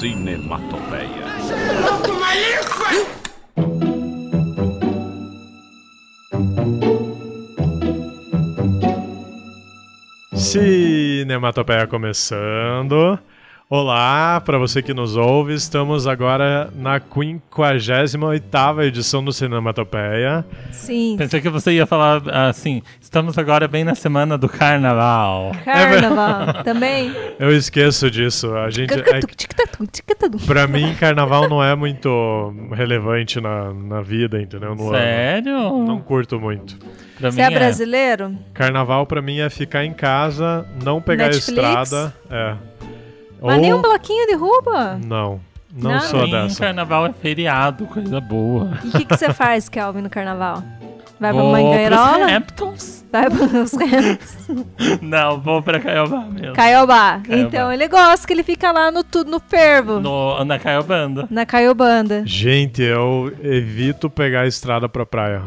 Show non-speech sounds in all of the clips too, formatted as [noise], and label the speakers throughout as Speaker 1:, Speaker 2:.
Speaker 1: Cinematopeia.
Speaker 2: Cinematopeia começando. Olá, para você que nos ouve, estamos agora na 58ª edição do Cinematopeia.
Speaker 3: Sim,
Speaker 4: Pensei que você ia falar assim, estamos agora bem na semana do carnaval.
Speaker 3: carnaval também.
Speaker 2: Eu esqueço disso. A gente é
Speaker 3: Cacatu,
Speaker 2: que,
Speaker 3: tictatu, tictatu.
Speaker 2: pra mim carnaval não é muito relevante na, na vida, entendeu? No ano.
Speaker 4: Sério?
Speaker 2: Não curto muito.
Speaker 4: Pra
Speaker 3: Você é brasileiro?
Speaker 2: Carnaval pra mim é ficar em casa, não pegar
Speaker 3: Netflix?
Speaker 2: a estrada, é.
Speaker 3: Mas nem um bloquinho derruba?
Speaker 2: Não, não,
Speaker 3: Não?
Speaker 2: sou
Speaker 4: Sim,
Speaker 2: dessa.
Speaker 4: carnaval é feriado, coisa boa.
Speaker 3: E o que, que você faz, Kelvin, no carnaval? Vai pra
Speaker 4: vou pros
Speaker 3: Mangueirola?
Speaker 4: Hamptons?
Speaker 3: Vai [laughs] pros Rams?
Speaker 4: Não, vou pra Caiobá mesmo.
Speaker 3: Caiobá.
Speaker 4: Caiobá.
Speaker 3: Então ele gosta que ele fica lá no tudo no fervo.
Speaker 4: No, na Caiobanda.
Speaker 3: Na Caiobanda.
Speaker 2: Gente, eu evito pegar a estrada pra praia.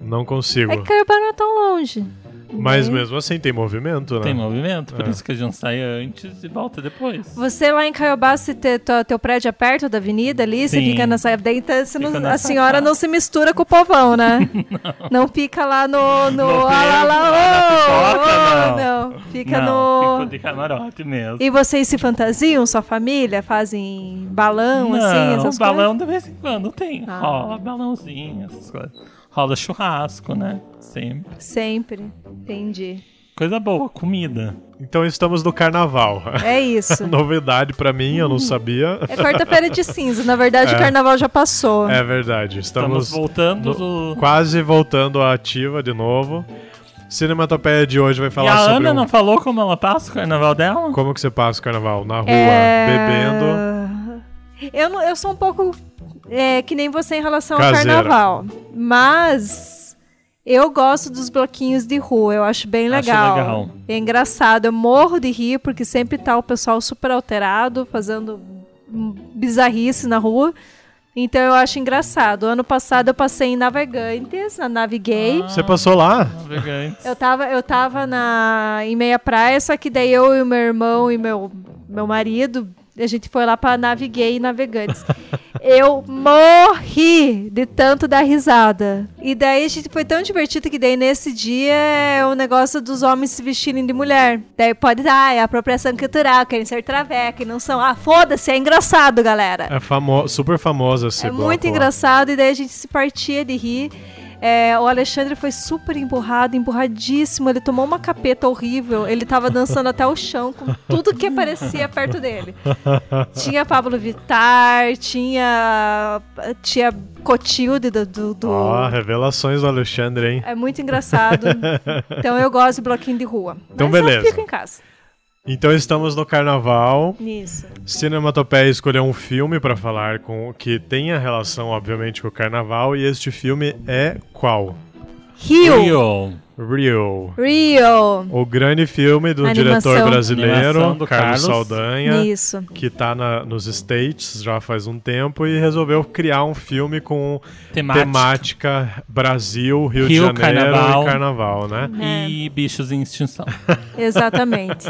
Speaker 2: Não consigo.
Speaker 3: É que Caiobá não é tão longe.
Speaker 2: Mas
Speaker 3: Né?
Speaker 2: mesmo assim tem movimento, né?
Speaker 4: Tem movimento, por
Speaker 2: É.
Speaker 4: isso que a gente sai antes e volta depois.
Speaker 3: Você lá em Caiobá, se te, tua- teu prédio é perto da avenida ali, você
Speaker 4: Sim.
Speaker 3: fica nessa. Daí então, você não-
Speaker 4: Fica
Speaker 3: a
Speaker 4: nessa
Speaker 3: senhora
Speaker 4: casa.
Speaker 3: não se mistura com o povão,
Speaker 4: [laughs]
Speaker 3: né? não. fica lá no. no
Speaker 4: No
Speaker 3: ah, lá, lá,
Speaker 4: na
Speaker 3: ô,
Speaker 4: pipoca,
Speaker 3: ô,
Speaker 4: não.
Speaker 3: não. Fica
Speaker 4: não,
Speaker 3: no.
Speaker 4: fico de camarote mesmo.
Speaker 3: E vocês se fantasiam, sua família? Fazem balão, assim,
Speaker 4: Não, um
Speaker 3: essas
Speaker 4: balão de vez em quando tem.
Speaker 3: Ah.
Speaker 4: Rola balãozinho, essas coisas. Rola churrasco, né? Sempre.
Speaker 3: coisas? Sempre. Entendi.
Speaker 4: Coisa boa, comida.
Speaker 2: Então estamos no carnaval. [laughs]
Speaker 3: É
Speaker 4: [laughs]
Speaker 3: isso.
Speaker 2: Novidade pra mim, eu não sabia.
Speaker 3: É quarta-feira de cinza. Na verdade,
Speaker 2: É.
Speaker 3: o carnaval já passou.
Speaker 2: É verdade, estamos,
Speaker 4: Estamos, voltando
Speaker 2: no-
Speaker 4: do.
Speaker 2: quase voltando à ativa de novo. Cinematopeia de hoje vai
Speaker 4: E
Speaker 2: falar
Speaker 4: a
Speaker 2: sobre
Speaker 4: Ana
Speaker 2: um-
Speaker 4: não falou como ela tá, passa o carnaval dela?
Speaker 2: como que você passa o carnaval na rua,
Speaker 3: É.
Speaker 2: bebendo.
Speaker 3: bebendo. Eu, não- eu sou um pouco é, que nem você em relação ao
Speaker 2: Caseira.
Speaker 3: carnaval. Mas eu gosto dos bloquinhos de rua, eu acho bem
Speaker 4: Acho
Speaker 3: legal.
Speaker 4: legal.
Speaker 3: É engraçado, eu morro de rir, porque sempre tá o pessoal super alterado, fazendo hum, bizarrice na rua. Então eu acho engraçado. Ano passado eu passei em Navegantes, na Navigay.
Speaker 2: Você passou lá?
Speaker 4: Navegantes.
Speaker 3: Eu tava, eu tava na, em meia praia, só que daí eu e o meu irmão e meu, meu marido, a gente foi lá pra naveguei e navegantes. eu morri de tanto dar risada. E daí a gente foi tão divertido que daí nesse dia é o negócio dos homens se vestirem de mulher. Daí pode dar, é apropriação cultural, querem ser traveca e não são. Ah, foda-se, é engraçado, galera.
Speaker 2: É famo... super famosa esse
Speaker 3: É
Speaker 2: bloco
Speaker 3: muito
Speaker 2: lá.
Speaker 3: engraçado, e daí a gente se partia de rir. É, o Alexandre foi super emburrado, emburradíssimo. Ele tomou uma capeta horrível. Ele tava dançando até o chão com tudo que aparecia perto dele. Tinha Pablo Vittar, tinha. Tinha Cotilde do. do- do-
Speaker 2: Ó, revelações do Alexandre, hein?
Speaker 3: É muito engraçado. Então eu gosto de bloquinho de rua.
Speaker 2: Então
Speaker 3: Mas
Speaker 2: beleza.
Speaker 3: Eu fico em casa.
Speaker 2: Então estamos no carnaval.
Speaker 3: Nisso.
Speaker 2: Cinematopeia escolheu um filme pra falar com que tenha relação, obviamente, com o carnaval. E este filme é qual?
Speaker 3: Rio.
Speaker 4: Rio.
Speaker 2: Rio.
Speaker 3: Rio.
Speaker 2: O grande filme do
Speaker 3: Animação.
Speaker 2: diretor brasileiro,
Speaker 4: Animação do
Speaker 2: Carlos
Speaker 4: Carlos.
Speaker 2: Saldanha,
Speaker 3: Isso.
Speaker 2: que tá na- nos States já faz um tempo e resolveu criar um filme com
Speaker 4: Temática.
Speaker 2: temática Brasil, Rio, de
Speaker 4: Rio,
Speaker 2: Janeiro
Speaker 4: carnaval.
Speaker 2: e carnaval, né?
Speaker 4: E bichos em extinção.
Speaker 3: Exatamente.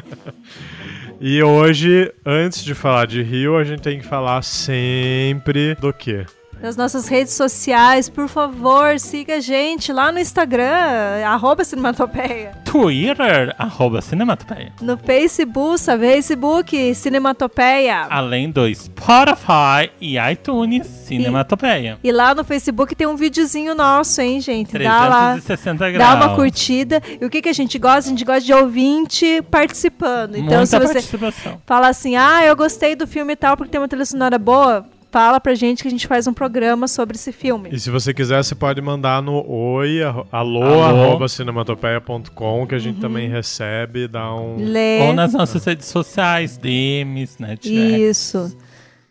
Speaker 2: E hoje, antes de falar de Rio, a gente tem que falar sempre do quê?
Speaker 3: nas nossas redes sociais, por favor, siga a gente lá no Instagram, arroba Cinematopeia.
Speaker 4: Twitter, arroba Cinematopeia.
Speaker 3: No Facebook, sabe? Facebook, Cinematopeia.
Speaker 4: Além do Spotify e iTunes, Cinematopeia.
Speaker 3: E lá no Facebook tem um videozinho nosso, hein, gente? Dá lá.
Speaker 4: 360 graus.
Speaker 3: Dá uma curtida. E o que, que a gente gosta? A gente gosta de ouvinte participando. Então,
Speaker 4: Muita
Speaker 3: se você
Speaker 4: participação.
Speaker 3: fala assim, ah, eu gostei do filme e tal, porque tem uma trilha sonora boa, fala pra gente que a gente faz um programa sobre esse filme.
Speaker 2: E se você quiser, você pode mandar no oi, arro- alô,
Speaker 4: Alô.
Speaker 2: arroba cinematopeia.com, que a
Speaker 3: Uhum.
Speaker 2: gente também recebe, dá um...
Speaker 3: Lê.
Speaker 4: Ou nas nossas redes sociais, DMs, né? direct.
Speaker 3: Isso.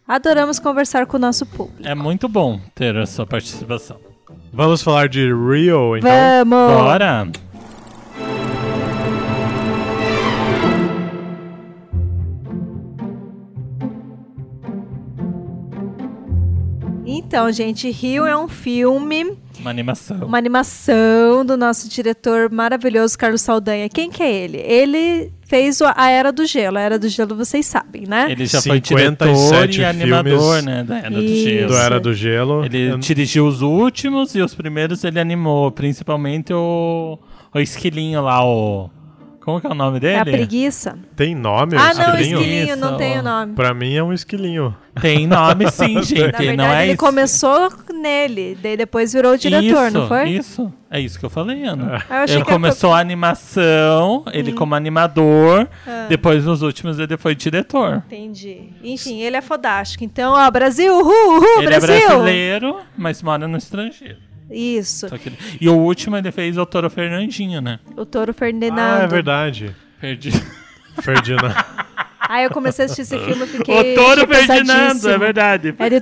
Speaker 3: Adoramos conversar com o nosso público.
Speaker 4: É muito bom ter a sua participação.
Speaker 2: Vamos falar de Rio, então?
Speaker 3: Vamos!
Speaker 4: Bora!
Speaker 3: Então, gente, Rio é um filme,
Speaker 4: Uma animação.
Speaker 3: uma animação do nosso diretor maravilhoso Carlos Saldanha. Quem que é ele? Ele fez a a Era do Gelo. A Era do Gelo vocês sabem, né?
Speaker 4: Ele já foi diretor
Speaker 2: 57
Speaker 4: e animador,
Speaker 2: filmes
Speaker 4: né? Da Era do
Speaker 3: Isso.
Speaker 4: Gelo.
Speaker 2: Do Era do Gelo.
Speaker 4: Ele dirigiu os últimos e os primeiros ele animou, principalmente o, o esquilinho lá, o. Como que é o nome dele?
Speaker 3: É a preguiça.
Speaker 2: Tem nome? o
Speaker 3: ah, não,
Speaker 2: esquilinho?
Speaker 3: esquilinho, não
Speaker 4: Isso,
Speaker 3: tem
Speaker 4: ó.
Speaker 3: o nome.
Speaker 2: Pra mim é um esquilinho.
Speaker 4: Tem
Speaker 3: [laughs]
Speaker 4: nome sim, gente.
Speaker 3: Na verdade,
Speaker 4: não é
Speaker 3: ele
Speaker 4: isso.
Speaker 3: começou nele, daí depois virou o diretor,
Speaker 4: isso,
Speaker 3: não foi?
Speaker 4: Isso, é isso que eu falei, Ana.
Speaker 3: Ah, eu achei
Speaker 4: ele
Speaker 3: que era Hum.
Speaker 4: começou a animação, ele como animador,
Speaker 3: Ah.
Speaker 4: depois nos últimos ele foi diretor.
Speaker 3: Entendi. Enfim, ele é fodástico. Então, ó, Brasil, uhul, uhul,
Speaker 4: ele
Speaker 3: Brasil!
Speaker 4: é brasileiro, mas mora no estrangeiro.
Speaker 3: Isso.
Speaker 4: Só que ele- E o último ele fez o Toro Fernandinho, né?
Speaker 3: O Touro Ferdinando.
Speaker 2: Ah, é verdade.
Speaker 4: Perdi.
Speaker 3: [laughs]
Speaker 2: Ferdinand.
Speaker 3: Aí eu comecei a assistir esse filme, eu fiquei.
Speaker 4: [laughs] o Toro
Speaker 3: achei
Speaker 4: Ferdinando,
Speaker 3: pesadíssimo.
Speaker 4: é verdade.
Speaker 3: É de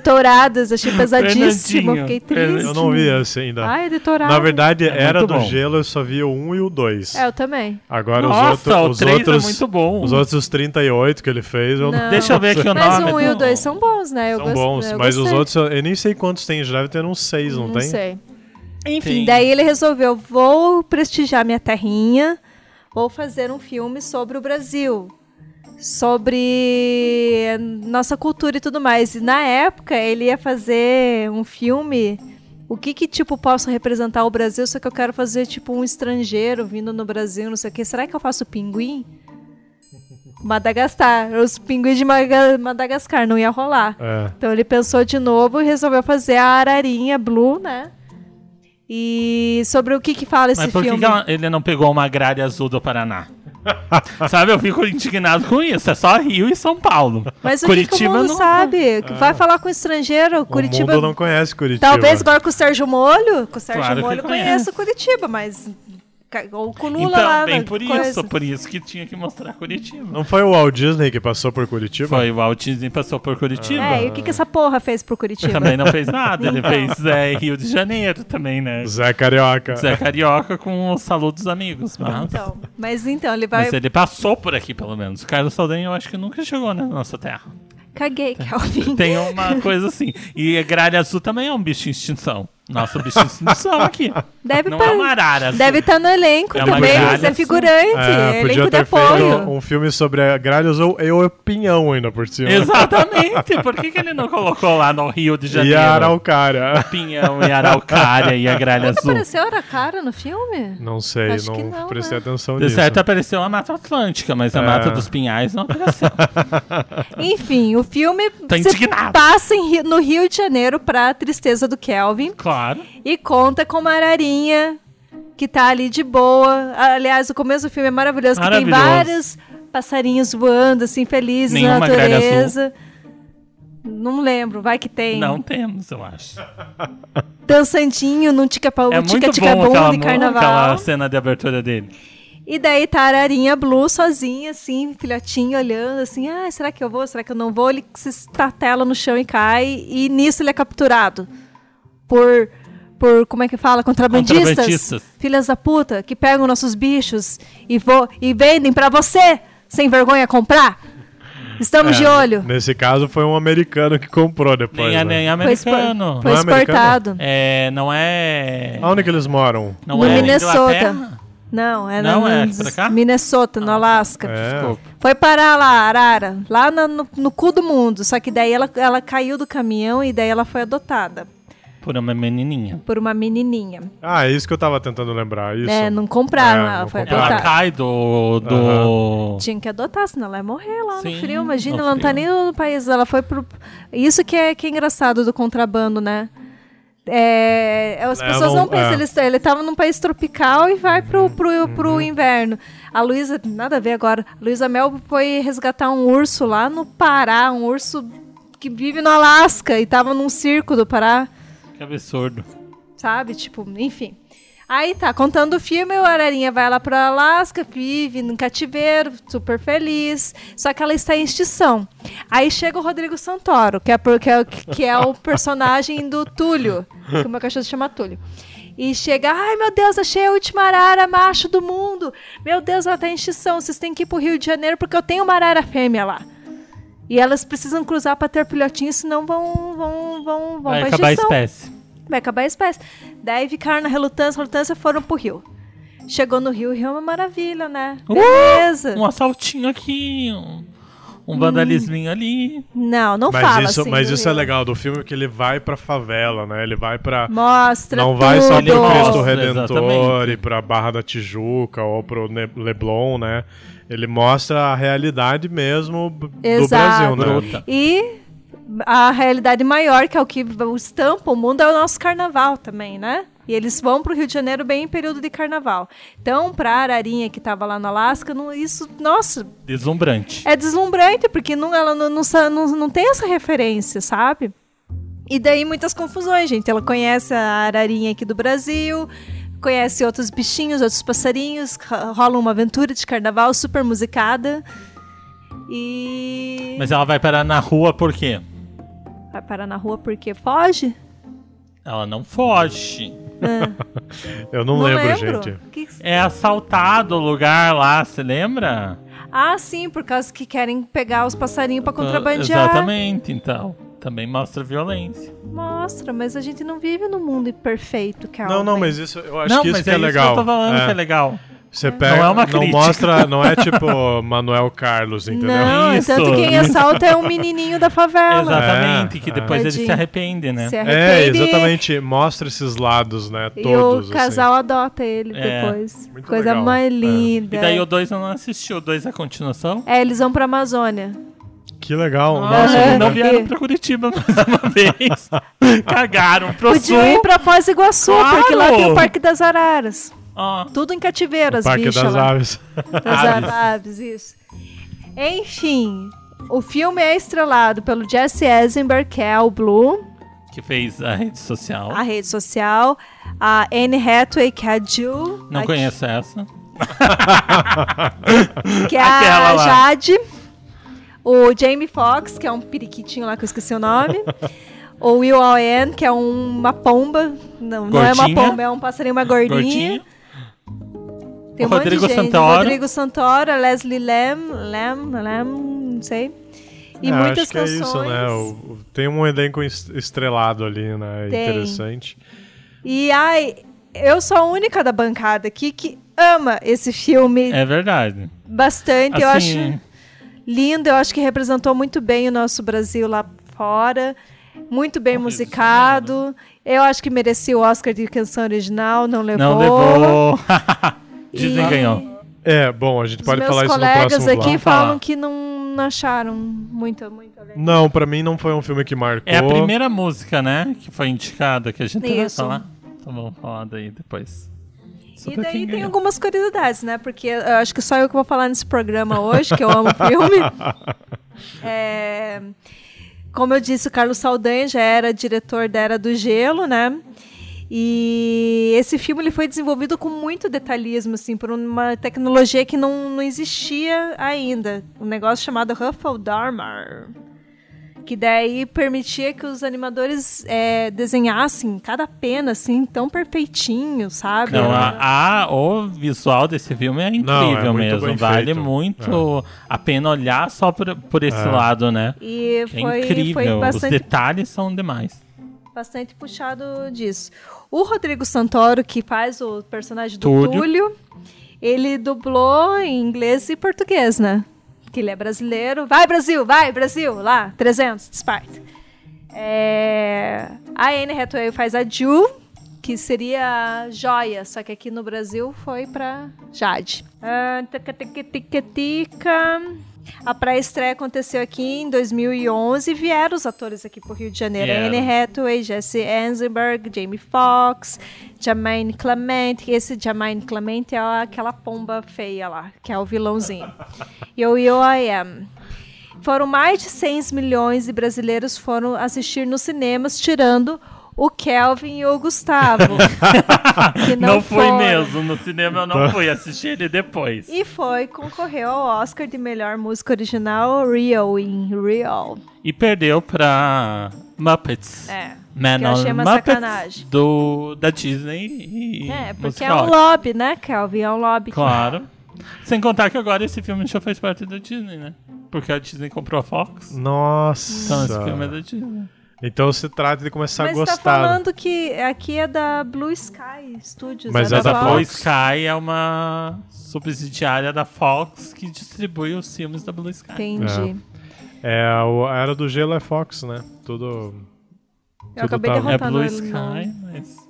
Speaker 2: [laughs]
Speaker 3: Touradas, achei pesadíssimo,
Speaker 4: Fernandinho.
Speaker 3: fiquei triste.
Speaker 2: É, Eu não vi esse ainda.
Speaker 3: Ah, é de Touradas.
Speaker 2: Na verdade, Era
Speaker 4: muito
Speaker 2: do
Speaker 4: bom.
Speaker 2: Gelo, eu só vi o 1 e o 2.
Speaker 3: É, eu também.
Speaker 2: Agora
Speaker 4: Nossa, o
Speaker 2: os, outro, os
Speaker 4: três é
Speaker 2: outros.
Speaker 4: muito bom.
Speaker 2: Os outros 38 que ele fez, eu não.
Speaker 3: Não.
Speaker 4: Deixa eu ver aqui o
Speaker 3: Mas
Speaker 4: nome.
Speaker 3: um e o
Speaker 4: do-
Speaker 3: dois são bons, né? Eu
Speaker 2: São
Speaker 3: gost-
Speaker 2: bons,
Speaker 3: eu
Speaker 2: mas os
Speaker 3: gostei.
Speaker 2: outros, eu eu nem sei quantos tem, já deve ter uns seis, não, tem?
Speaker 3: sei. Enfim,
Speaker 4: Tem.
Speaker 3: daí ele resolveu, vou prestigiar minha terrinha, vou fazer um filme sobre o Brasil, sobre nossa cultura e tudo mais. E na época ele ia fazer um filme, o que que tipo posso representar o Brasil, só que eu quero fazer tipo um estrangeiro vindo no Brasil, não sei o quê. Será que eu faço pinguim? [laughs] Madagascar, os pinguins de Maga- Madagascar não ia rolar.
Speaker 2: É.
Speaker 3: Então ele pensou de novo e resolveu fazer a Ararinha Blue, né? E sobre o que que fala esse
Speaker 4: Mas por que
Speaker 3: filme?
Speaker 4: que ela- ele não pegou uma gralha azul
Speaker 2: [laughs]
Speaker 4: do Paraná? Sabe, eu fico indignado com isso. É só Rio e São Paulo.
Speaker 3: Mas o que que o
Speaker 4: Curitiba
Speaker 3: mundo
Speaker 4: não. É.
Speaker 3: sabe? Vai falar com estrangeiro?
Speaker 2: O
Speaker 3: Curitiba.
Speaker 2: mundo não conhece Curitiba.
Speaker 3: Talvez agora com o Sérgio Molho. Com o Sérgio
Speaker 4: né? Claro que
Speaker 3: Molho conheço
Speaker 4: conhece.
Speaker 3: Curitiba, mas. ca- Ou com o Lula
Speaker 4: então,
Speaker 3: lá.
Speaker 4: bem
Speaker 3: na
Speaker 4: por
Speaker 3: coisa.
Speaker 4: isso. Por isso que tinha que mostrar Curitiba.
Speaker 2: Não foi o Walt Disney que passou por Curitiba?
Speaker 4: Foi, o Walt Disney passou por Curitiba.
Speaker 3: É, e Então. o que que essa porra fez pro Curitiba?
Speaker 4: Também não fez nada. Ele fez é, Rio de Janeiro também, né?
Speaker 2: Zé Carioca.
Speaker 4: Zé Carioca com o Salão dos Amigos. Mas,
Speaker 3: Então, mas então, ele vai.
Speaker 4: mas ele passou por aqui, pelo menos. O Carlos Saldanha eu acho que nunca chegou né, na nossa terra. [laughs]
Speaker 3: Caguei, Kelvin. [laughs]
Speaker 4: Tem uma coisa assim. E a gralha azul também é um bicho em extinção. Nosso bicho em extinção aqui.
Speaker 3: Deve
Speaker 4: Não
Speaker 3: pa-
Speaker 4: é uma arara. assim.
Speaker 3: Deve estar no elenco
Speaker 4: É uma
Speaker 3: também,
Speaker 4: gralha,
Speaker 3: mas é
Speaker 4: assim.
Speaker 3: figurante.
Speaker 2: É,
Speaker 3: elenco
Speaker 2: podia
Speaker 3: de
Speaker 2: ter
Speaker 3: apoio.
Speaker 2: feito um filme sobre a gralhas ou eu e pinhão ainda por cima.
Speaker 4: [laughs] Exatamente. Por que, que ele não colocou lá no Rio de
Speaker 2: E
Speaker 4: Janeiro?
Speaker 2: a Araucária.
Speaker 4: né? Pinhão e araucária e a gralha azul.
Speaker 3: Apareceu Araraquara no filme?
Speaker 2: Não sei,
Speaker 3: Acho que
Speaker 2: não,
Speaker 3: não,
Speaker 2: prestei
Speaker 3: né?
Speaker 2: atenção
Speaker 4: De
Speaker 2: nisso.
Speaker 4: certo apareceu a Mata Atlântica, mas a
Speaker 2: É.
Speaker 4: Mata dos Pinhais não
Speaker 3: [laughs]
Speaker 4: apareceu.
Speaker 3: Enfim, o filme se
Speaker 4: Tá indignado.
Speaker 3: passa em Ri- no Rio de Janeiro pra tristeza do Kelvin
Speaker 4: Claro.
Speaker 3: e conta com uma ararinha que tá ali de boa. Aliás, o começo do filme é maravilhoso, que tem
Speaker 4: Maravilhoso.
Speaker 3: vários passarinhos voando, assim, felizes na
Speaker 4: Nenhuma gralha
Speaker 3: natureza. Não lembro, vai que tem.
Speaker 4: Não temos, eu acho.
Speaker 3: Dançandinho num tica-pau,
Speaker 4: É muito bom
Speaker 3: tica-tica-bum
Speaker 4: aquela,
Speaker 3: de
Speaker 4: mu-
Speaker 3: carnaval.
Speaker 4: aquela cena de abertura dele.
Speaker 3: E daí tá a ararinha Blue sozinha, assim, filhotinho, olhando, assim, ah, será que eu vou, será que eu não vou? Ele se estatela no chão e cai, e nisso ele é capturado por, por como é que fala? Contrabandistas.
Speaker 4: Contrabandistas.
Speaker 3: Filhas da puta, que pegam nossos bichos e, vo e vendem pra você, sem vergonha, comprar. Estamos de olho.
Speaker 2: Nesse caso foi um americano que comprou depois.
Speaker 4: Nem, é
Speaker 2: né?
Speaker 4: nem
Speaker 3: Foi, expo-
Speaker 4: americano.
Speaker 3: foi
Speaker 2: Não é americano?
Speaker 3: exportado.
Speaker 4: É, não é.
Speaker 2: Aonde que eles moram?
Speaker 4: Não
Speaker 3: no
Speaker 4: é na
Speaker 3: Minnesota.
Speaker 4: Inglaterra?
Speaker 3: Não, é,
Speaker 4: Não,
Speaker 3: na,
Speaker 4: é pra cá? Ah,
Speaker 3: Minnesota, no Alasca.
Speaker 2: É.
Speaker 3: Foi parar lá, Arara, lá na- no, no cu do mundo. Só que daí ela, ela caiu do caminhão e daí ela foi adotada
Speaker 4: Por uma é menininha.
Speaker 3: por uma menininha.
Speaker 2: Ah, é isso que eu tava tentando lembrar. Isso.
Speaker 3: É, não compraram
Speaker 2: É,
Speaker 3: ela,
Speaker 2: não
Speaker 3: foi
Speaker 2: compraram.
Speaker 4: Ela
Speaker 3: adotada.
Speaker 4: cai do. do...
Speaker 3: Tinha que adotar, senão ela ia morrer lá no
Speaker 4: Sim,
Speaker 3: frio. Imagina,
Speaker 4: no
Speaker 3: ela não tá nem
Speaker 4: frio.
Speaker 3: no país, ela foi pro. Isso que é, que é engraçado do contrabando, né? É, as
Speaker 2: Ela
Speaker 3: pessoas não,
Speaker 2: não-
Speaker 3: pensam,
Speaker 2: é.
Speaker 3: eles- ele estava num país tropical e vai
Speaker 4: Uhum.
Speaker 3: pro, pro, pro inverno. A Luísa, nada a ver agora, a Luísa Mel foi resgatar um urso lá no Pará, um urso que vive no Alasca e tava num circo do Pará
Speaker 4: Que absurdo.
Speaker 3: sabe? Tipo, enfim. Aí tá, contando o filme, o Ararinha vai lá para Alasca, vive num cativeiro, super feliz. Só que ela está em extinção. Aí chega o Rodrigo Santoro, que é, por- que é o- que é o personagem do Túlio, que o meu cachorro se chama Túlio. E chega, ai meu Deus, achei a última arara macho do mundo. Meu Deus, ela tá em extinção, vocês têm que ir pro Rio de Janeiro porque eu tenho uma arara fêmea lá. E elas precisam cruzar para ter filhotinho, senão vão, vão, vão, vão
Speaker 4: Vai
Speaker 3: pra
Speaker 4: acabar a
Speaker 3: extinção
Speaker 4: É, espécie.
Speaker 3: vai acabar a espécie. Daí ficaram na relutância, relutância foram pro rio. Chegou no Rio, o Rio é uma maravilha, né?
Speaker 4: Uh!
Speaker 3: Beleza.
Speaker 4: Um assaltinho aqui, um, um vandalisminho ali.
Speaker 3: Não, não
Speaker 2: mas
Speaker 3: fala
Speaker 2: isso,
Speaker 3: assim.
Speaker 2: mas
Speaker 3: do
Speaker 2: isso é
Speaker 3: Rio.
Speaker 2: legal do filme que ele vai pra favela, né? Ele vai pra.
Speaker 3: Mostra
Speaker 2: Não vai
Speaker 3: tudo.
Speaker 2: só pro
Speaker 4: Ele
Speaker 2: Cristo
Speaker 4: mostra,
Speaker 2: Redentor
Speaker 4: exatamente.
Speaker 2: e pra Barra da Tijuca ou pro Ne- Leblon, né? Ele mostra a realidade mesmo b- do Brasil,
Speaker 3: Exato.
Speaker 2: né?
Speaker 4: Bruta.
Speaker 3: E a realidade maior, que é o que estampa o mundo, é o nosso carnaval também, né? E eles vão para o Rio de Janeiro bem em período de carnaval. Então, para a Ararinha que estava lá no Alasca, não- isso, nossa,
Speaker 4: Deslumbrante.
Speaker 3: é deslumbrante, porque não, ela não, não, sa- não, não tem essa referência, sabe? E daí muitas confusões, gente. Ela conhece a ararinha aqui do Brasil, conhece outros bichinhos, outros passarinhos, ro- rola uma aventura de carnaval super musicada. E.
Speaker 4: Mas ela vai parar na rua por quê?
Speaker 3: Vai parar na rua porque foge?
Speaker 4: Ela não foge.
Speaker 2: Eu não, lembro, gente.
Speaker 3: Que-
Speaker 4: É assaltado o lugar lá, você lembra?
Speaker 3: Ah, sim, por causa que querem pegar os passarinhos
Speaker 2: Ah,
Speaker 3: pra contrabandear.
Speaker 4: Exatamente, então. Também mostra violência.
Speaker 3: Mostra, mas a gente não vive num mundo perfeito, Calvin.
Speaker 2: Não, não, mas isso eu acho
Speaker 4: não,
Speaker 2: que isso
Speaker 4: mas
Speaker 2: que
Speaker 4: é,
Speaker 2: é,
Speaker 4: isso
Speaker 2: legal.
Speaker 4: que eu tô falando
Speaker 2: É.
Speaker 4: que é legal.
Speaker 2: Você pega, não,
Speaker 4: é uma crítica.
Speaker 2: mostra, não é tipo [laughs] Manuel Carlos, entendeu?
Speaker 3: Não, é
Speaker 4: Isso.
Speaker 3: tanto
Speaker 2: [laughs]
Speaker 3: quem assalta é um menininho da favela.
Speaker 4: Exatamente,
Speaker 2: É,
Speaker 4: que
Speaker 2: é.
Speaker 4: depois ele se
Speaker 3: Ah, Tadinho.
Speaker 4: arrepende, né?
Speaker 3: Se
Speaker 2: É,
Speaker 3: arrepende
Speaker 2: exatamente, mostra esses lados, né,
Speaker 3: e
Speaker 2: todos
Speaker 3: o casal adota ele
Speaker 4: É.
Speaker 3: depois.
Speaker 2: Muito
Speaker 3: Coisa
Speaker 2: legal. É.
Speaker 3: mais linda.
Speaker 4: E daí o 2 eu não assisti, o 2 é a continuação.
Speaker 3: É, eles vão pra Amazônia.
Speaker 2: assim. Que legal,
Speaker 4: Nossa,
Speaker 2: nossa,
Speaker 4: eles não
Speaker 2: né?
Speaker 4: vieram pra Curitiba mais
Speaker 3: [laughs]
Speaker 4: uma vez. Cagaram pro
Speaker 3: Podiam ir
Speaker 4: sul.
Speaker 3: pra Foz do Iguaçu, porque lá tem
Speaker 4: Claro!
Speaker 3: o Parque das Araras.
Speaker 4: Ó,
Speaker 3: Tudo em cativeiro, as
Speaker 2: Parque
Speaker 3: bichas
Speaker 2: das
Speaker 3: lá.
Speaker 2: Aves.
Speaker 3: Das
Speaker 4: Aves.
Speaker 3: aves. isso. Enfim, o filme é estrelado pelo Jesse Eisenberg, que é o Blue,
Speaker 4: que fez a rede social.
Speaker 3: a rede social, a Anne Hathaway, que é a Jill,
Speaker 4: não
Speaker 3: a-
Speaker 4: conheço essa.
Speaker 3: que é
Speaker 4: Aquela
Speaker 3: a
Speaker 4: lá.
Speaker 3: Jade, o Jamie Foxx, que é um periquitinho lá que eu esqueci o nome, o Will Owen, que é um- uma pomba, não, não é uma
Speaker 4: Gordinha.
Speaker 3: pomba, é um passarinho, uma gordinha.
Speaker 4: Gordinho.
Speaker 3: Tem
Speaker 4: O
Speaker 3: um monte de
Speaker 4: Rodrigo
Speaker 3: gente.
Speaker 4: Santoro.
Speaker 3: Rodrigo Santoro, Leslie Lam, Lam, Lam, não sei.
Speaker 2: [laughs]
Speaker 3: E
Speaker 2: É,
Speaker 3: muitas
Speaker 2: acho que
Speaker 3: canções.
Speaker 2: É isso, né? O- o- tem um elenco es- estrelado ali, né?
Speaker 3: Tem.
Speaker 2: Interessante.
Speaker 3: E ai, eu sou a única da bancada aqui que ama esse filme
Speaker 4: É verdade.
Speaker 3: bastante. eu acho
Speaker 4: Assim,
Speaker 3: lindo, eu acho que representou muito bem o nosso Brasil lá fora. Muito bem
Speaker 4: Rio de
Speaker 3: musicado. Eu acho que merecia o Oscar de canção original, não levou. [laughs]
Speaker 4: não levou. Dizem
Speaker 3: E-
Speaker 4: que ganhou.
Speaker 2: É, bom, a gente
Speaker 3: Os
Speaker 2: pode
Speaker 3: meus
Speaker 2: falar isso no
Speaker 3: colegas
Speaker 2: próximo
Speaker 3: aqui
Speaker 2: bloco.
Speaker 4: Vamos falar.
Speaker 3: falam que não acharam muito, muito legal.
Speaker 2: Não, pra mim não foi um filme que marcou.
Speaker 4: É a primeira música, né? Que foi indicada, que a gente vai
Speaker 3: Isso.
Speaker 4: falar. Então vamos falar daí depois.
Speaker 3: E
Speaker 4: Sobre
Speaker 3: daí
Speaker 4: quem
Speaker 3: tem
Speaker 4: ganhou.
Speaker 3: algumas curiosidades, né? Porque eu acho que só eu que vou falar nesse programa hoje, que eu
Speaker 4: [laughs]
Speaker 3: amo filme. É, como eu disse, o Carlos Saldanha já era diretor da Era do Gelo, né? E esse filme ele foi desenvolvido com muito detalhismo, assim, por uma tecnologia que não, não existia ainda. Um negócio chamado Ruffledormer. Que daí permitia que os animadores é, desenhassem cada pena, assim, tão perfeitinho, sabe?
Speaker 4: Não, a, a- o visual desse filme é incrível
Speaker 2: Né? Não, é muito bem
Speaker 4: mesmo. Vale
Speaker 2: feito. É.
Speaker 4: muito a pena olhar só por, por esse lado, né?
Speaker 3: E
Speaker 4: É
Speaker 3: foi,
Speaker 4: incrível.
Speaker 3: foi
Speaker 4: Os
Speaker 3: bastante,
Speaker 4: detalhes são demais.
Speaker 3: bastante puxado disso. O Rodrigo Santoro, que faz o personagem do
Speaker 4: Túlio.
Speaker 3: Túlio, ele dublou em inglês e português, né? Que ele é brasileiro. Vai, Brasil! Vai, Brasil! Lá, 300, Sparta. É, A Anne Hathaway faz a Ju, que seria a joia, só que aqui no Brasil foi pra Jade. Ah, tica, tica, tica, tica. A pré-estreia aconteceu aqui em 2011 e vieram os atores aqui pro Rio de Janeiro.
Speaker 4: Vieram.
Speaker 3: Anne Hathaway, Jesse Eisenberg, Jamie Foxx, Jermaine Clemente. Esse Jermaine Clemente é aquela pomba feia lá, que é o [laughs] vilãozinho. e o Will I Am. Foram mais de 6 milhões de brasileiros foram assistir nos cinemas, tirando o Kelvin e o
Speaker 4: [laughs]
Speaker 3: Gustavo. que
Speaker 4: Não, fui
Speaker 3: foram.
Speaker 4: mesmo. No cinema eu
Speaker 2: Tá.
Speaker 4: não fui assistir ele depois.
Speaker 3: E foi, concorreu ao Oscar de melhor música original, Real in Real.
Speaker 4: E perdeu pra Muppets.
Speaker 3: É.
Speaker 4: Man
Speaker 3: que eu
Speaker 4: on
Speaker 3: achei uma
Speaker 4: Muppets
Speaker 3: sacanagem.
Speaker 4: do, da Disney. E
Speaker 3: É, porque é
Speaker 4: musical.
Speaker 3: um lobby, né, Kelvin? É um lobby. que-
Speaker 4: Claro. Sem contar que agora esse filme já faz parte da Disney, né? Porque a Disney comprou a Fox. Então esse
Speaker 2: Nossa.
Speaker 4: filme é da Disney.
Speaker 2: Então se trata de começar
Speaker 3: Mas
Speaker 2: a
Speaker 3: tá
Speaker 2: gostar.
Speaker 3: falando que aqui é da Blue Sky Studios.
Speaker 2: Mas
Speaker 3: é
Speaker 2: é da
Speaker 3: Fox.
Speaker 4: Blue
Speaker 2: Fox.
Speaker 4: Sky é uma subsidiária da Fox que distribui os filmes da Blue Sky.
Speaker 3: Entendi.
Speaker 2: É, o- a Era do Gelo é Fox, né? Tudo.
Speaker 3: Eu acabei de
Speaker 2: tá-
Speaker 4: É
Speaker 3: derrotar
Speaker 4: Blue
Speaker 3: no
Speaker 4: Sky,
Speaker 3: no-
Speaker 4: mas.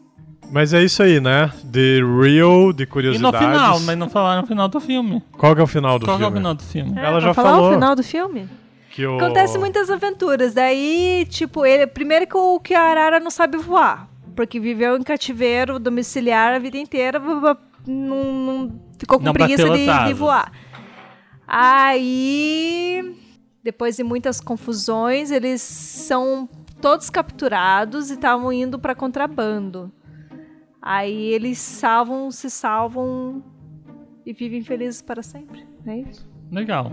Speaker 2: Mas é isso aí, né? De real, de
Speaker 4: E no
Speaker 2: curiosidades.
Speaker 4: final, mas não falaram o final do filme.
Speaker 2: Qual que é o final do
Speaker 4: Qual que é
Speaker 2: filme?
Speaker 4: o final do filme?
Speaker 3: Ah,
Speaker 2: Ela
Speaker 3: pra
Speaker 2: já
Speaker 3: falar
Speaker 2: falou.
Speaker 3: o final do filme?
Speaker 2: Que o...
Speaker 3: Acontece muitas aventuras. Daí, tipo, ele, primeiro que o que a Arara não sabe voar. Porque viveu em cativeiro domiciliar a vida inteira, bu- bu- não, não- ficou com
Speaker 4: Não
Speaker 3: preguiça
Speaker 4: bateu as
Speaker 3: de, de
Speaker 4: asas.
Speaker 3: voar. Aí, depois de muitas confusões, eles são todos capturados e estavam indo para contrabando. Aí eles salvam, se salvam e vivem felizes para sempre. É isso?
Speaker 4: Legal.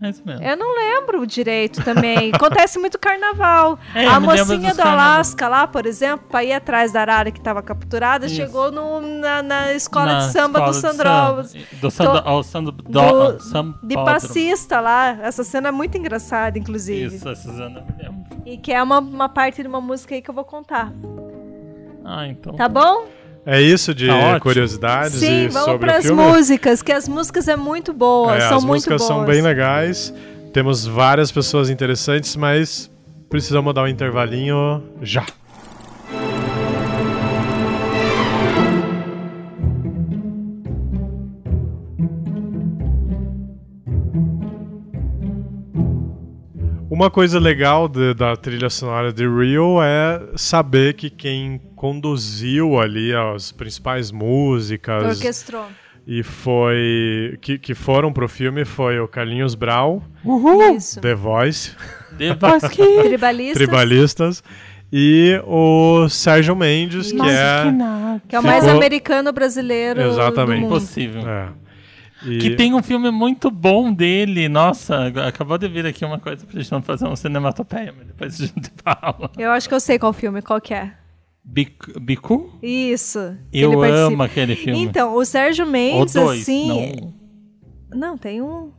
Speaker 4: É isso mesmo.
Speaker 3: Eu não lembro direito também. Acontece muito carnaval.
Speaker 4: É, eu
Speaker 3: a
Speaker 4: me lembro
Speaker 3: mocinha
Speaker 4: dos
Speaker 3: do Alasca lá, por exemplo, pra ir atrás da arara que estava capturada,
Speaker 4: Isso.
Speaker 3: chegou no- na, na escola
Speaker 4: Na
Speaker 3: de samba do
Speaker 4: escola de
Speaker 3: Sandrovas.
Speaker 4: samba. Do Sandro... oh, Sandro... Do...
Speaker 3: do-
Speaker 4: Sambódromo.
Speaker 3: De passista lá. Essa cena é muito engraçada, inclusive.
Speaker 4: Isso, a Suzana me lembra.
Speaker 3: E que é uma, uma parte de uma música aí que eu vou contar.
Speaker 4: Ah, então.
Speaker 3: Tá bom?
Speaker 2: É isso de
Speaker 4: Tá ótimo.
Speaker 2: curiosidades
Speaker 3: Sim,
Speaker 2: e
Speaker 3: vamos
Speaker 2: sobre o
Speaker 3: pras
Speaker 2: filme?
Speaker 3: músicas, que as músicas é muito boa.
Speaker 2: É,
Speaker 3: são
Speaker 2: as
Speaker 3: muito
Speaker 2: músicas
Speaker 3: boas.
Speaker 2: são bem legais. Temos várias pessoas interessantes, mas precisamos dar um intervalinho já. Uma coisa legal de- da trilha sonora de Rio é saber que quem conduziu ali as principais músicas,
Speaker 3: Orquestrou.
Speaker 2: e foi que, que foram pro filme foi o Carlinhos Brau, Uh,
Speaker 3: Isso. é
Speaker 2: The Voice,
Speaker 4: Depois [laughs] que...
Speaker 2: [laughs]
Speaker 3: Tribalistas.
Speaker 2: Tribalistas e o Sérgio Mendes, que
Speaker 3: Nossa,
Speaker 2: é,
Speaker 4: nada.
Speaker 3: Que é o mais
Speaker 2: Ficou-
Speaker 3: americano brasileiro.
Speaker 2: Exatamente.
Speaker 3: Do mundo.
Speaker 4: Impossível.
Speaker 2: é. E-
Speaker 4: Que tem um filme muito bom dele. Nossa, agora- acabou de vir aqui uma coisa pra gente não fazer um cinematopeia, mas depois a gente [laughs] fala.
Speaker 3: Eu acho que eu sei qual filme, qual que é.
Speaker 4: Bic- Bicu?
Speaker 3: Isso.
Speaker 4: Eu
Speaker 3: ele participa.
Speaker 4: amo aquele filme.
Speaker 3: Então, o Sérgio
Speaker 4: o
Speaker 3: Mendes,
Speaker 4: dois.
Speaker 3: assim.
Speaker 4: Não,
Speaker 3: Não... tem um.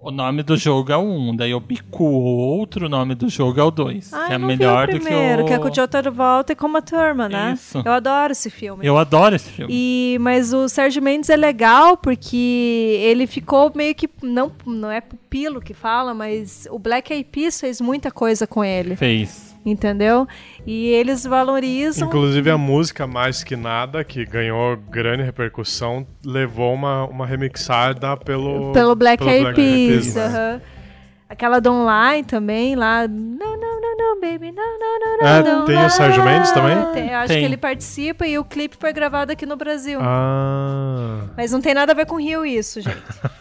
Speaker 4: o nome do jogo é o um, daí o Bicu, o outro nome do jogo é o dois.
Speaker 3: Ah,
Speaker 4: que é
Speaker 3: eu não
Speaker 4: melhor
Speaker 3: vi o
Speaker 4: do que
Speaker 3: primeiro,
Speaker 4: o.
Speaker 3: que é com o John Travolta e com a turma, né?
Speaker 4: Isso.
Speaker 3: Eu adoro esse filme.
Speaker 4: Eu adoro esse filme.
Speaker 3: E, mas o Sérgio Mendes é legal porque ele ficou meio que. Não, não é pupilo que fala, mas o Black Eyed Peas fez muita coisa com ele,
Speaker 4: Fez.
Speaker 3: entendeu? E eles valorizam.
Speaker 2: Inclusive a música Mais Que Nada, que ganhou grande repercussão, levou uma, uma remixada pelo...
Speaker 3: Pelo Black
Speaker 2: pelo
Speaker 3: Eyed Peas.
Speaker 2: né?
Speaker 3: aham. Aquela do Online também, lá. Não, não, não, não, baby, não, não, não, não.
Speaker 2: É,
Speaker 3: não,
Speaker 2: tem o Sérgio Mendes também?
Speaker 3: Tem, eu acho
Speaker 4: Tem.
Speaker 3: que ele participa e o clipe foi gravado aqui no Brasil.
Speaker 2: Ah...
Speaker 3: Mas não tem nada a ver com Rio isso, gente.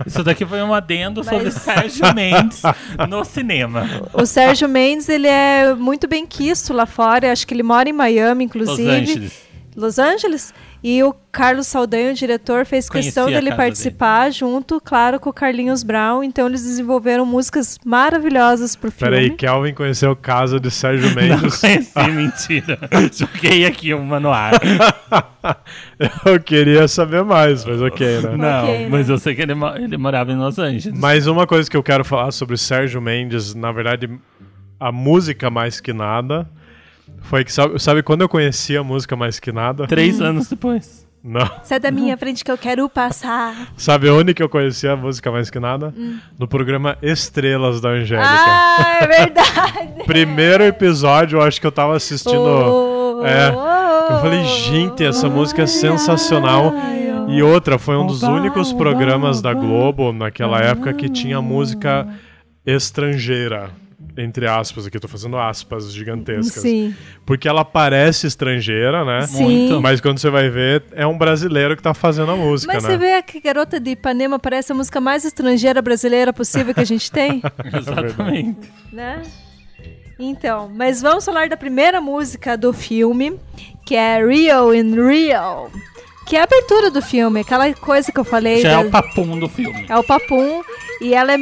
Speaker 4: Isso daqui foi um
Speaker 3: [laughs]
Speaker 4: adendo sobre
Speaker 3: Mas-
Speaker 4: Sérgio Mendes no cinema.
Speaker 3: O Sérgio Mendes, ele é muito bem quisto lá fora. eu Acho que ele mora em Miami,
Speaker 4: Los
Speaker 3: inclusive.
Speaker 4: Angeles.
Speaker 3: Los Angeles. E o Carlos Saldanha, o diretor, fez
Speaker 4: Conheci
Speaker 3: questão
Speaker 4: a
Speaker 3: dele
Speaker 4: casa
Speaker 3: participar junto, claro, com o Carlinhos Brown. Então eles desenvolveram músicas maravilhosas pro filme.
Speaker 2: Peraí, Kelvin conheceu o caso de
Speaker 3: [laughs]
Speaker 2: Sérgio
Speaker 4: Não
Speaker 2: Mendes.
Speaker 4: conheci, [laughs] mentira. Joguei aqui uma no ar.
Speaker 2: [laughs] Eu queria saber mais, mas ok, né?
Speaker 4: Não,
Speaker 3: Ok, né?
Speaker 4: mas eu sei que ele, mo- ele morava em Los Angeles.
Speaker 2: Mas uma coisa que eu quero falar sobre o Sérgio Mendes, na verdade, a música mais que nada, foi que, sabe, sabe quando eu conheci a música mais que nada?
Speaker 4: Três anos
Speaker 2: [laughs]
Speaker 4: depois.
Speaker 2: Não.
Speaker 3: Sai da minha frente que eu quero passar.
Speaker 2: Sabe onde que eu conheci a música mais que nada? No programa Estrelas da Angélica.
Speaker 3: Ah,
Speaker 2: [laughs]
Speaker 3: é verdade.
Speaker 2: Primeiro episódio, eu acho que eu tava assistindo.
Speaker 3: Oh,
Speaker 2: é,
Speaker 3: oh,
Speaker 2: eu falei, gente, essa música é sensacional.
Speaker 3: ai, oh.
Speaker 2: E outra, foi um dos
Speaker 4: Oba,
Speaker 2: únicos
Speaker 4: oba,
Speaker 2: programas da
Speaker 4: oba.
Speaker 2: Globo naquela época que tinha música estrangeira. Entre aspas, aqui eu tô fazendo aspas gigantescas.
Speaker 3: Sim.
Speaker 2: Porque ela parece estrangeira, né?
Speaker 3: Sim.
Speaker 4: Muito.
Speaker 2: Mas quando você vai ver, é um brasileiro que tá fazendo a música,
Speaker 3: Mas
Speaker 2: né?
Speaker 3: você vê que Garota de Ipanema parece a música mais estrangeira brasileira possível que a
Speaker 2: [laughs]
Speaker 3: gente tem,
Speaker 2: É
Speaker 4: Exatamente.
Speaker 3: né? Então, mas vamos falar da primeira música do filme, que é Real in Real, que é a abertura do filme, aquela coisa que eu falei.
Speaker 4: Já é
Speaker 3: da-
Speaker 4: o papum do filme.
Speaker 3: É o Papum. E ela é.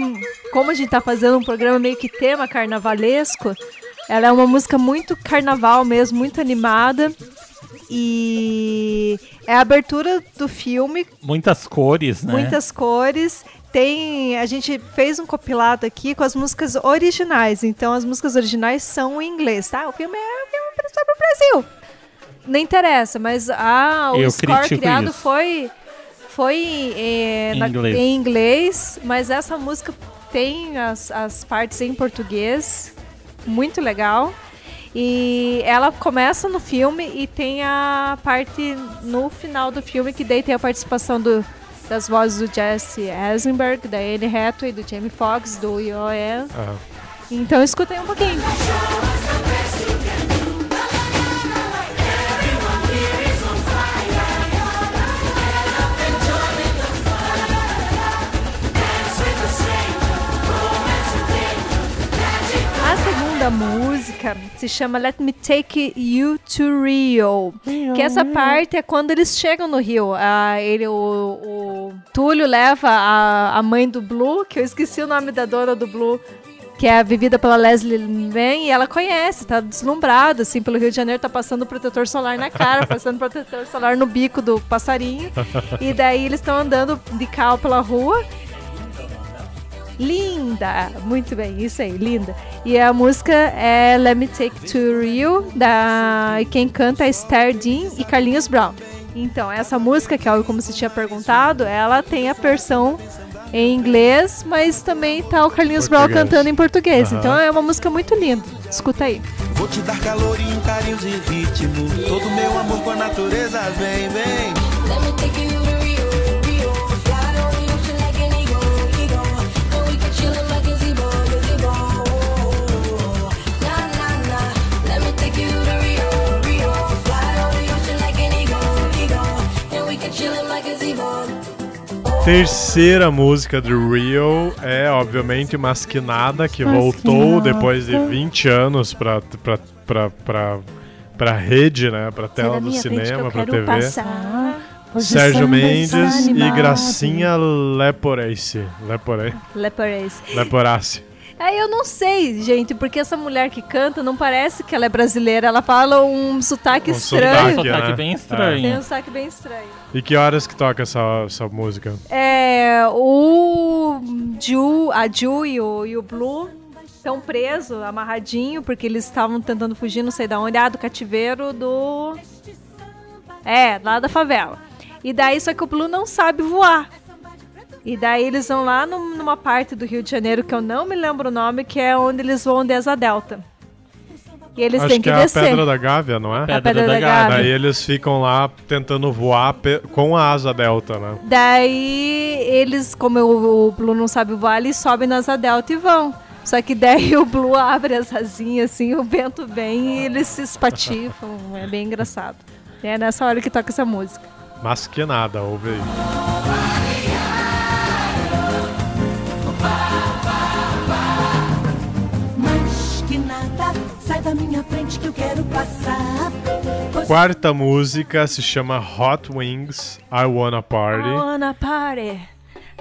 Speaker 3: Como a gente tá fazendo um programa meio que tema carnavalesco, ela é uma música muito carnaval mesmo, muito animada. E é a abertura do filme,
Speaker 4: Muitas cores, né?
Speaker 3: muitas cores. tem. A gente fez um compilado aqui com as músicas originais. Então as músicas originais são em inglês, tá? O filme é, o filme é só pro Brasil. Não interessa, mas ah, o
Speaker 4: Eu
Speaker 3: score
Speaker 4: critico
Speaker 3: criado
Speaker 4: isso.
Speaker 3: foi. Foi é, na-
Speaker 4: Inglês.
Speaker 3: em inglês, mas essa música tem as, as partes em português, muito legal. E ela começa no filme e tem a parte no final do filme, que daí tem a participação do, das vozes do Jesse Eisenberg, da Anne Hathaway, do Jamie Foxx, do IOM.
Speaker 2: Ah.
Speaker 3: Então escutem um pouquinho. A segunda música se chama Let Me Take You to Rio. Que essa parte é quando eles chegam no Rio. Ah, ele, o, o Túlio leva a, a mãe do Blue, que eu esqueci o nome da dona do Blue, que é vivida pela Leslie Mann, e ela conhece, tá deslumbrada, assim, pelo Rio de Janeiro, tá passando protetor solar na cara, passando protetor solar no bico do passarinho. E daí eles estão andando de carro pela rua Linda! Muito bem, isso aí, linda. E a música é Let Me Take To Rio, da... e quem canta é Esther Dean e Carlinhos Brown. Então, essa música, que é como você tinha perguntado, ela tem a versão em inglês, mas também tá o Carlinhos Brown
Speaker 2: Português.
Speaker 3: cantando em português.
Speaker 2: Aham.
Speaker 3: Então é uma música muito linda. Escuta aí.
Speaker 1: Vou te dar calor e um carinho de ritmo. Todo meu amor com a natureza vem, vem.
Speaker 5: Let me take you to Rio, Rio. Fly on the ocean like an eagle, eagle. And we can chill in my gazebo, gazebo. Na na na. Let me take you to Rio, Rio. Fly on the ocean like an eagle, eagle. And we can chill in my gazebo.
Speaker 2: Terceira música do Real é, obviamente, Masquinada, que voltou
Speaker 4: Masquinada.
Speaker 2: depois de 20 anos pra, pra, pra, pra, pra rede, né? Pra tela do cinema, pra TV. Sérgio Mendes e Gracinha Leporace. Lepore...
Speaker 3: Leporace.
Speaker 2: Leporace.
Speaker 3: Aí É, eu não sei, gente, porque essa mulher que canta não parece que ela é brasileira. Ela fala um sotaque
Speaker 2: Um
Speaker 3: estranho.
Speaker 4: Só tá
Speaker 2: né?
Speaker 4: aqui bem
Speaker 3: Tem
Speaker 4: estranho.
Speaker 3: um sotaque bem estranho.
Speaker 2: E que horas que toca essa, essa música?
Speaker 3: É, o Ju, a Ju e o, e o Blue estão presos, amarradinho, porque eles estavam tentando fugir, não sei da onde, ah, do cativeiro do... É, lá da favela. E daí, só que o Blue não sabe voar. E daí eles vão lá num- numa parte do Rio de Janeiro, que eu não me lembro o nome, que é onde eles voam de asa delta. E eles
Speaker 2: Acho
Speaker 3: têm
Speaker 2: que
Speaker 3: que,
Speaker 2: é
Speaker 3: descer.
Speaker 2: a Pedra da Gávea, não é?
Speaker 4: Pedra,
Speaker 3: Pedra
Speaker 4: da,
Speaker 3: da
Speaker 4: Gávea.
Speaker 2: Daí eles ficam lá tentando voar pe- com a asa delta, né?
Speaker 3: Daí eles, como o, o Blue não sabe voar, eles sobem na asa delta e vão. Só que daí [laughs] o Blue abre as asinhas assim, o vento vem e eles se espatifam. É bem engraçado. É nessa hora que toca essa música.
Speaker 2: Masquinada, ouve aí.
Speaker 6: Mas que nada, sai da minha frente que eu quero passar. Pois
Speaker 2: Quarta música se chama Hot Wings, I Wanna
Speaker 3: I
Speaker 2: Party.
Speaker 3: wanna party,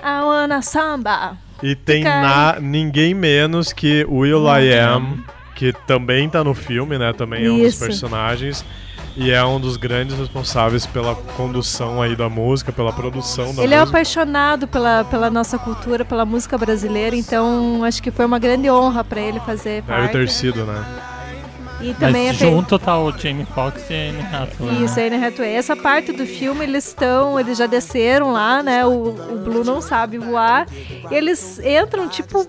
Speaker 3: I wanna samba.
Speaker 2: E tem
Speaker 3: Fica
Speaker 2: na, ninguém menos que Will I Am, que também tá no filme, né? Também é um dos
Speaker 3: Isso.
Speaker 2: personagens. E é um dos grandes responsáveis pela condução aí da música, pela produção da
Speaker 3: Ele é
Speaker 2: música.
Speaker 3: apaixonado pela, pela nossa cultura, pela música brasileira, então acho que foi uma grande honra pra ele
Speaker 2: Deve
Speaker 3: fazer parte.
Speaker 2: ter sido, né?
Speaker 3: E também é
Speaker 4: É, Mas
Speaker 3: feito.
Speaker 4: junto tá o Jamie Foxx e a Anne Hathaway. né?
Speaker 3: Isso, é. aí na Hathaway. Essa parte do filme, eles estão, eles já desceram lá, né? O, o Blue não sabe voar. E eles entram, tipo,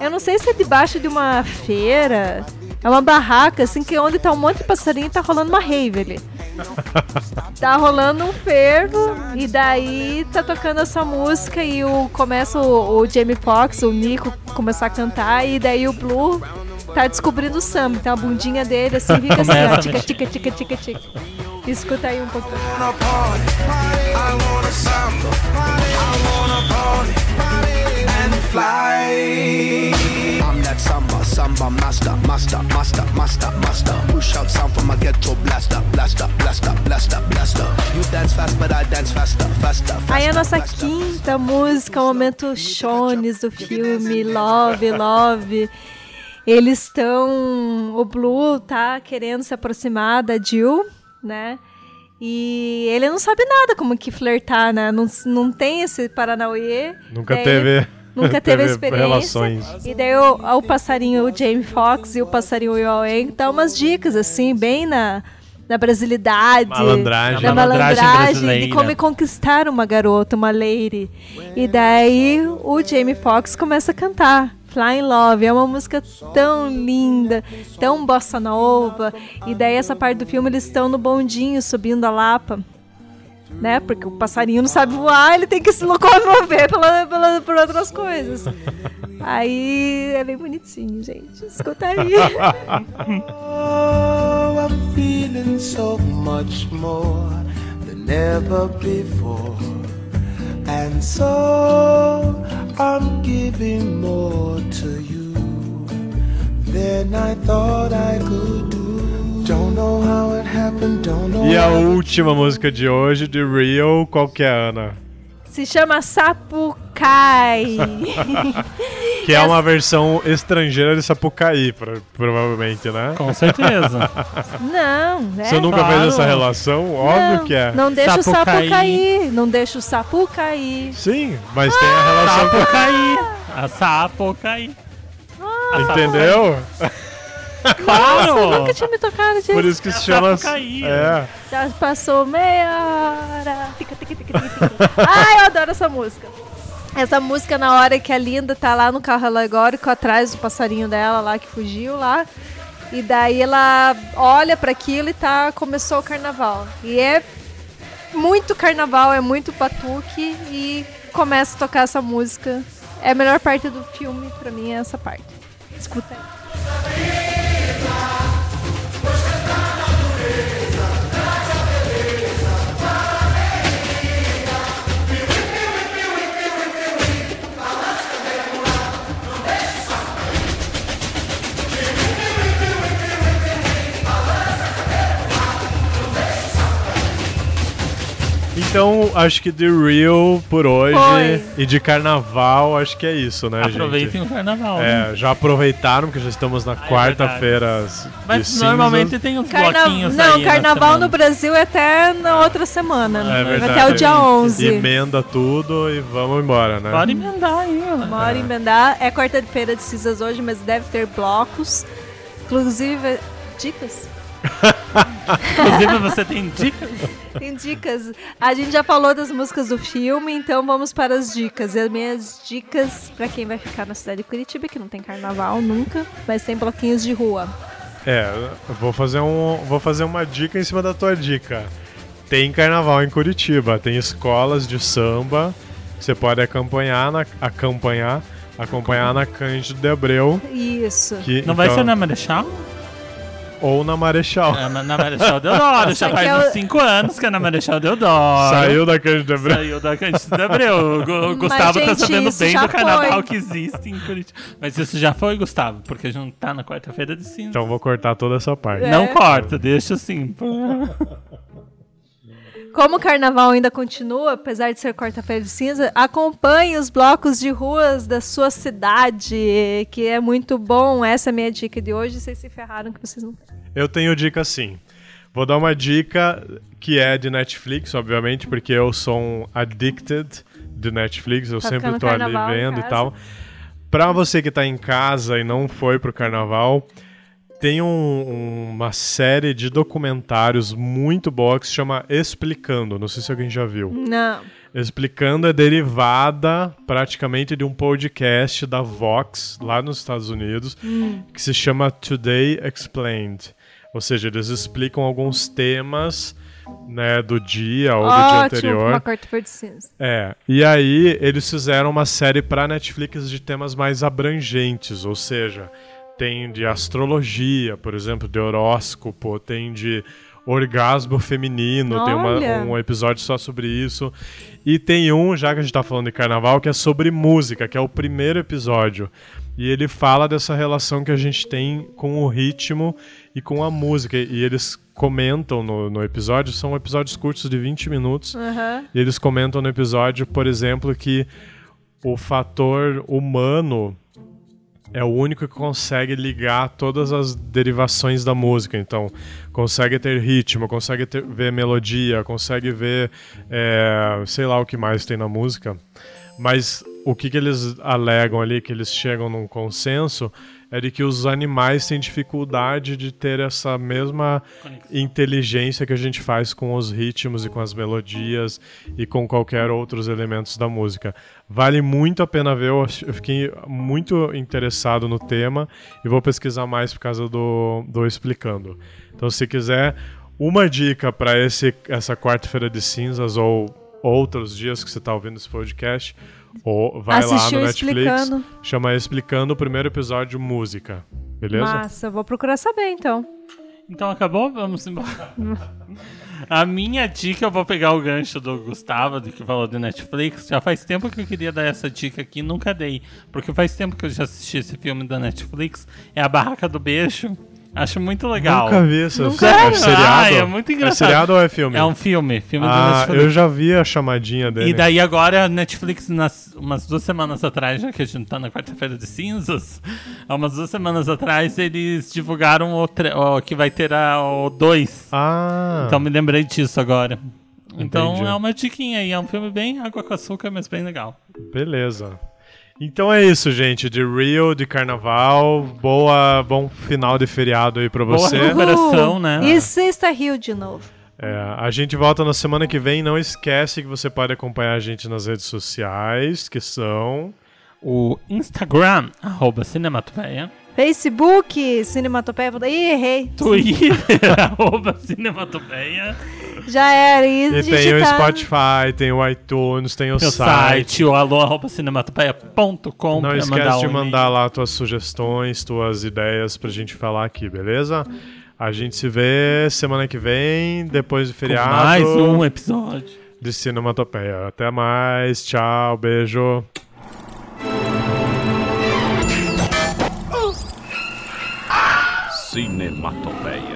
Speaker 3: eu não sei se é debaixo de uma feira. É uma barraca, assim, que é onde tá um monte de passarinho e tá rolando uma rave ali. Tá rolando um fervo e daí tá tocando essa música e o, começa o, o Jamie Foxx, o Nico, começar a cantar e daí o Blue tá descobrindo o samba. Então a bundinha dele assim fica assim, ó,
Speaker 4: Começa a
Speaker 3: tica,
Speaker 4: mexer.
Speaker 3: tica, tica, tica, tica. Escuta aí um pouquinho.
Speaker 1: Fly.
Speaker 7: I'm that samba, samba master, master, master, master, master. Push out sound from a ghetto blaster, blaster, blaster, blaster, blaster. You dance fast, but I dance faster, faster, faster.
Speaker 3: Aí a nossa
Speaker 7: faster.
Speaker 3: quinta música, o momento Shones do filme Love, Love. Eles estão. O Blue tá querendo se aproximar da Jill, né? E ele não sabe nada como que flertar, né? Não, não tem esse Paranauê.
Speaker 2: Nunca
Speaker 3: Daí-
Speaker 2: teve. [laughs]
Speaker 3: Nunca teve a experiência.
Speaker 2: Relações.
Speaker 3: E daí o, o passarinho o Jamie Foxx e o passarinho Yao Eng dá umas dicas, assim, bem na, na brasilidade.
Speaker 2: Malandragem.
Speaker 3: Na
Speaker 4: Na malandragem
Speaker 3: É malandragem, de
Speaker 4: brasileira.
Speaker 3: como conquistar uma garota, uma lady. E daí o Jamie Foxx começa a cantar. Fly in Love é uma música tão linda, tão bossa nova. E daí essa parte do filme eles estão no bondinho subindo a Lapa né? Porque o passarinho não sabe voar, ele tem que se locomover pela, pela, por outras coisas. Aí é bem bonitinho, gente. Escuta aí.
Speaker 1: Oh, I'm feeling so much more than ever before. And so I'm giving more to you than I thought I could do. Don't know how it happened, don't know.
Speaker 2: E a
Speaker 1: how-
Speaker 2: última música de hoje, de Real, qual que é, Ana?
Speaker 3: Se chama Sapucai.
Speaker 2: Que é uma versão estrangeira de Sapucaí, pro- provavelmente, né?
Speaker 4: Com
Speaker 2: [laughs]
Speaker 4: certeza.
Speaker 3: Não, é.
Speaker 2: Você nunca
Speaker 4: Claro.
Speaker 2: fez essa relação? Óbvio
Speaker 3: não,
Speaker 2: que é.
Speaker 3: Não deixa o
Speaker 4: Sapucaí.
Speaker 3: sapo cair. Não deixa o sapo cair.
Speaker 2: Sim, mas tem a relação
Speaker 3: tá.
Speaker 4: sapo cair. A sapo cair.
Speaker 3: Ah,
Speaker 2: com... Entendeu?
Speaker 3: nossa, eu
Speaker 4: Claro!
Speaker 3: Ah, nunca tinha me tocado
Speaker 2: Por
Speaker 3: disso.
Speaker 2: isso que
Speaker 4: É
Speaker 2: se
Speaker 4: a
Speaker 2: chama...
Speaker 4: Sapucaí.
Speaker 2: É.
Speaker 3: Já passou meia hora. Tica, tica, tica, tica, tica. Ai, eu adoro essa música. Essa música na hora que a Linda tá lá no carro alegórico atrás do passarinho dela lá que fugiu lá. E daí ela olha pra aquilo e tá começou o carnaval. E é muito carnaval, é muito batuque e começa a tocar essa música. É a melhor parte do filme pra mim é essa parte. Escuta aí.
Speaker 2: Então, acho que de Real por hoje
Speaker 3: Foi.
Speaker 2: e de carnaval, acho que é isso, né,
Speaker 4: Aproveitem
Speaker 2: gente?
Speaker 4: o carnaval. né?
Speaker 2: É, já aproveitaram que já estamos na quarta-feira de
Speaker 4: É, Mas
Speaker 2: cinzas.
Speaker 4: normalmente tem uns
Speaker 3: Carna-
Speaker 4: bloquinhos
Speaker 3: Não,
Speaker 4: aí na
Speaker 3: carnaval no
Speaker 4: semana.
Speaker 3: Brasil é até na outra semana, né?
Speaker 2: É verdade.
Speaker 3: Até o dia 11.
Speaker 2: Emenda tudo e vamos embora, né?
Speaker 4: Pode emendar aí, ó.
Speaker 3: Mora em Bendá. É quarta-feira de cinzas hoje, mas deve ter blocos. Inclusive, dicas?
Speaker 4: Inclusive, você tem dicas?
Speaker 3: Tem dicas. A gente já falou das músicas do filme, então vamos para as dicas. E as minhas dicas para quem vai ficar na cidade de Curitiba, que não tem carnaval nunca, mas tem bloquinhos de rua.
Speaker 2: É, eu vou fazer, um, vou fazer uma dica em cima da tua dica. Tem carnaval em Curitiba, tem escolas de samba, que você pode acompanhar, na, acompanhar, acompanhar na Cândido de Abreu.
Speaker 3: Isso.
Speaker 2: Que,
Speaker 4: Não vai
Speaker 2: então-
Speaker 4: ser na Marechal?
Speaker 2: Ou na Marechal.
Speaker 4: É, na na Marechal Deodoro. Já
Speaker 3: Aqui
Speaker 4: faz
Speaker 3: é o-
Speaker 4: uns 5 anos que é na Marechal Deodoro.
Speaker 2: Saiu da Cândido de Abreu.
Speaker 4: Saiu da Cândida Abreu. O Gu- O Gustavo
Speaker 3: gente,
Speaker 4: tá sabendo
Speaker 3: isso
Speaker 4: bem
Speaker 3: já
Speaker 4: do carnaval
Speaker 3: foi.
Speaker 4: que existe em Curitiba. Mas isso já foi, Gustavo, porque a gente não tá na quarta-feira de cinza.
Speaker 2: Então vou cortar toda essa parte.
Speaker 3: É.
Speaker 4: Não corta, deixa assim.
Speaker 3: Como o carnaval ainda continua, apesar de ser quarta-feira de cinza, acompanhe os blocos de ruas da sua cidade, que é muito bom. Essa é a minha dica de hoje. Vocês se ferraram que vocês não
Speaker 2: Eu tenho dica sim. Vou dar uma dica que é de Netflix, obviamente, porque eu sou um addicted de Netflix, eu
Speaker 3: Tá
Speaker 2: sempre
Speaker 3: ficando
Speaker 2: tô ali
Speaker 3: carnaval em
Speaker 2: vendo e
Speaker 3: casa.
Speaker 2: tal. Pra você que tá em casa e não foi pro carnaval, tem um- uma série de documentários muito boa que se chama Explicando. Não sei se alguém já viu.
Speaker 3: Não.
Speaker 2: Explicando é derivada praticamente de um podcast da Vox, lá nos Estados Unidos, que se chama Today Explained. Ou seja, eles explicam alguns temas né, do dia ou do dia
Speaker 3: Ótimo, pra
Speaker 2: anterior.
Speaker 3: uma quarta-feira de cinza.
Speaker 2: É, e aí eles fizeram uma série pra Netflix de temas mais abrangentes, ou seja, tem de astrologia, por exemplo, de horóscopo, tem de orgasmo feminino, tem uma-
Speaker 3: Olha!
Speaker 2: um episódio só sobre isso. E tem um, já que a gente tá falando de carnaval, que é sobre música, que é o primeiro episódio. E ele fala dessa relação que a gente tem com o ritmo e com a música. E eles comentam no, no episódio, são episódios curtos de 20 minutos.
Speaker 3: Aham.
Speaker 2: E eles comentam no episódio, por exemplo, que o fator humano é o único que consegue ligar todas as derivações da música. Então, consegue ter ritmo, consegue ter- ver melodia, consegue ver, é, sei lá o que mais tem na música. Mas o que, que eles alegam ali, que eles chegam num consenso, é de que os animais têm dificuldade de ter essa mesma inteligência que a gente faz com os ritmos e com as melodias e com qualquer outros elementos da música. Vale muito a pena ver, eu ach- eu fiquei muito interessado no tema e vou pesquisar mais por causa do, do Explicando. Então, se quiser uma dica para essa quarta-feira de cinzas ou outros dias que você está ouvindo esse podcast, ou vai
Speaker 3: Assistiu
Speaker 2: lá no Netflix,
Speaker 3: Explicando.
Speaker 2: chama Explicando o primeiro episódio música, beleza?
Speaker 3: Massa, vou procurar saber então.
Speaker 4: Então acabou? Vamos embora. [laughs] A minha dica, eu vou pegar o gancho do Gustavo, do que falou do Netflix. Já faz tempo que eu queria dar essa dica aqui, nunca dei. Porque faz tempo que eu já assisti esse filme da Netflix. É A Barraca do Beijo. Acho muito legal.
Speaker 2: Nunca vi essa
Speaker 3: Nunca
Speaker 2: é
Speaker 3: vi.
Speaker 2: seriado.
Speaker 4: Ah, é muito engraçado.
Speaker 2: É seriado ou é filme?
Speaker 4: É um filme, filme do
Speaker 2: Ah,
Speaker 4: Netflix.
Speaker 2: eu já vi né? a chamadinha dele.
Speaker 4: E daí agora a Netflix, nas, umas duas semanas atrás, já que a gente tá na quarta-feira de cinzas, há umas duas semanas atrás eles divulgaram o, tre- o que vai ter a, o 2.
Speaker 2: Ah,
Speaker 4: Então me lembrei disso agora. Então
Speaker 2: Entendi.
Speaker 4: é uma diquinha aí, é um filme bem água com açúcar, mas bem legal.
Speaker 2: beleza. Então é isso, gente. De Rio, de carnaval. Boa, bom final de feriado aí pra
Speaker 4: [laughs]
Speaker 2: você.
Speaker 4: Boa recuperação,
Speaker 3: Uhul.
Speaker 4: né?
Speaker 3: E Sexta Rio de novo.
Speaker 2: É, a gente volta na semana que vem. Não esquece que você pode acompanhar a gente nas redes sociais, que são.
Speaker 4: O Instagram, arroba cinematopeia.
Speaker 3: Facebook, Cinematopeia. Ih, errei.
Speaker 4: Twitter,
Speaker 2: [laughs]
Speaker 4: arroba cinematopeia.
Speaker 3: Já era. E,
Speaker 2: E tem o
Speaker 3: digitar-
Speaker 2: Spotify, tem o iTunes, tem o
Speaker 4: Meu
Speaker 2: site.
Speaker 4: site, o alô, arroba cinematopeia.com.
Speaker 2: Não
Speaker 4: pra
Speaker 2: esquece
Speaker 4: mandar um
Speaker 2: de
Speaker 4: e-mail.
Speaker 2: mandar lá tuas sugestões, tuas ideias pra gente falar aqui, beleza? A gente se vê semana que vem, depois do
Speaker 4: Com
Speaker 2: feriado.
Speaker 4: mais um episódio.
Speaker 2: de Cinematopeia. Até mais, tchau, beijo.
Speaker 8: Cinematopeia.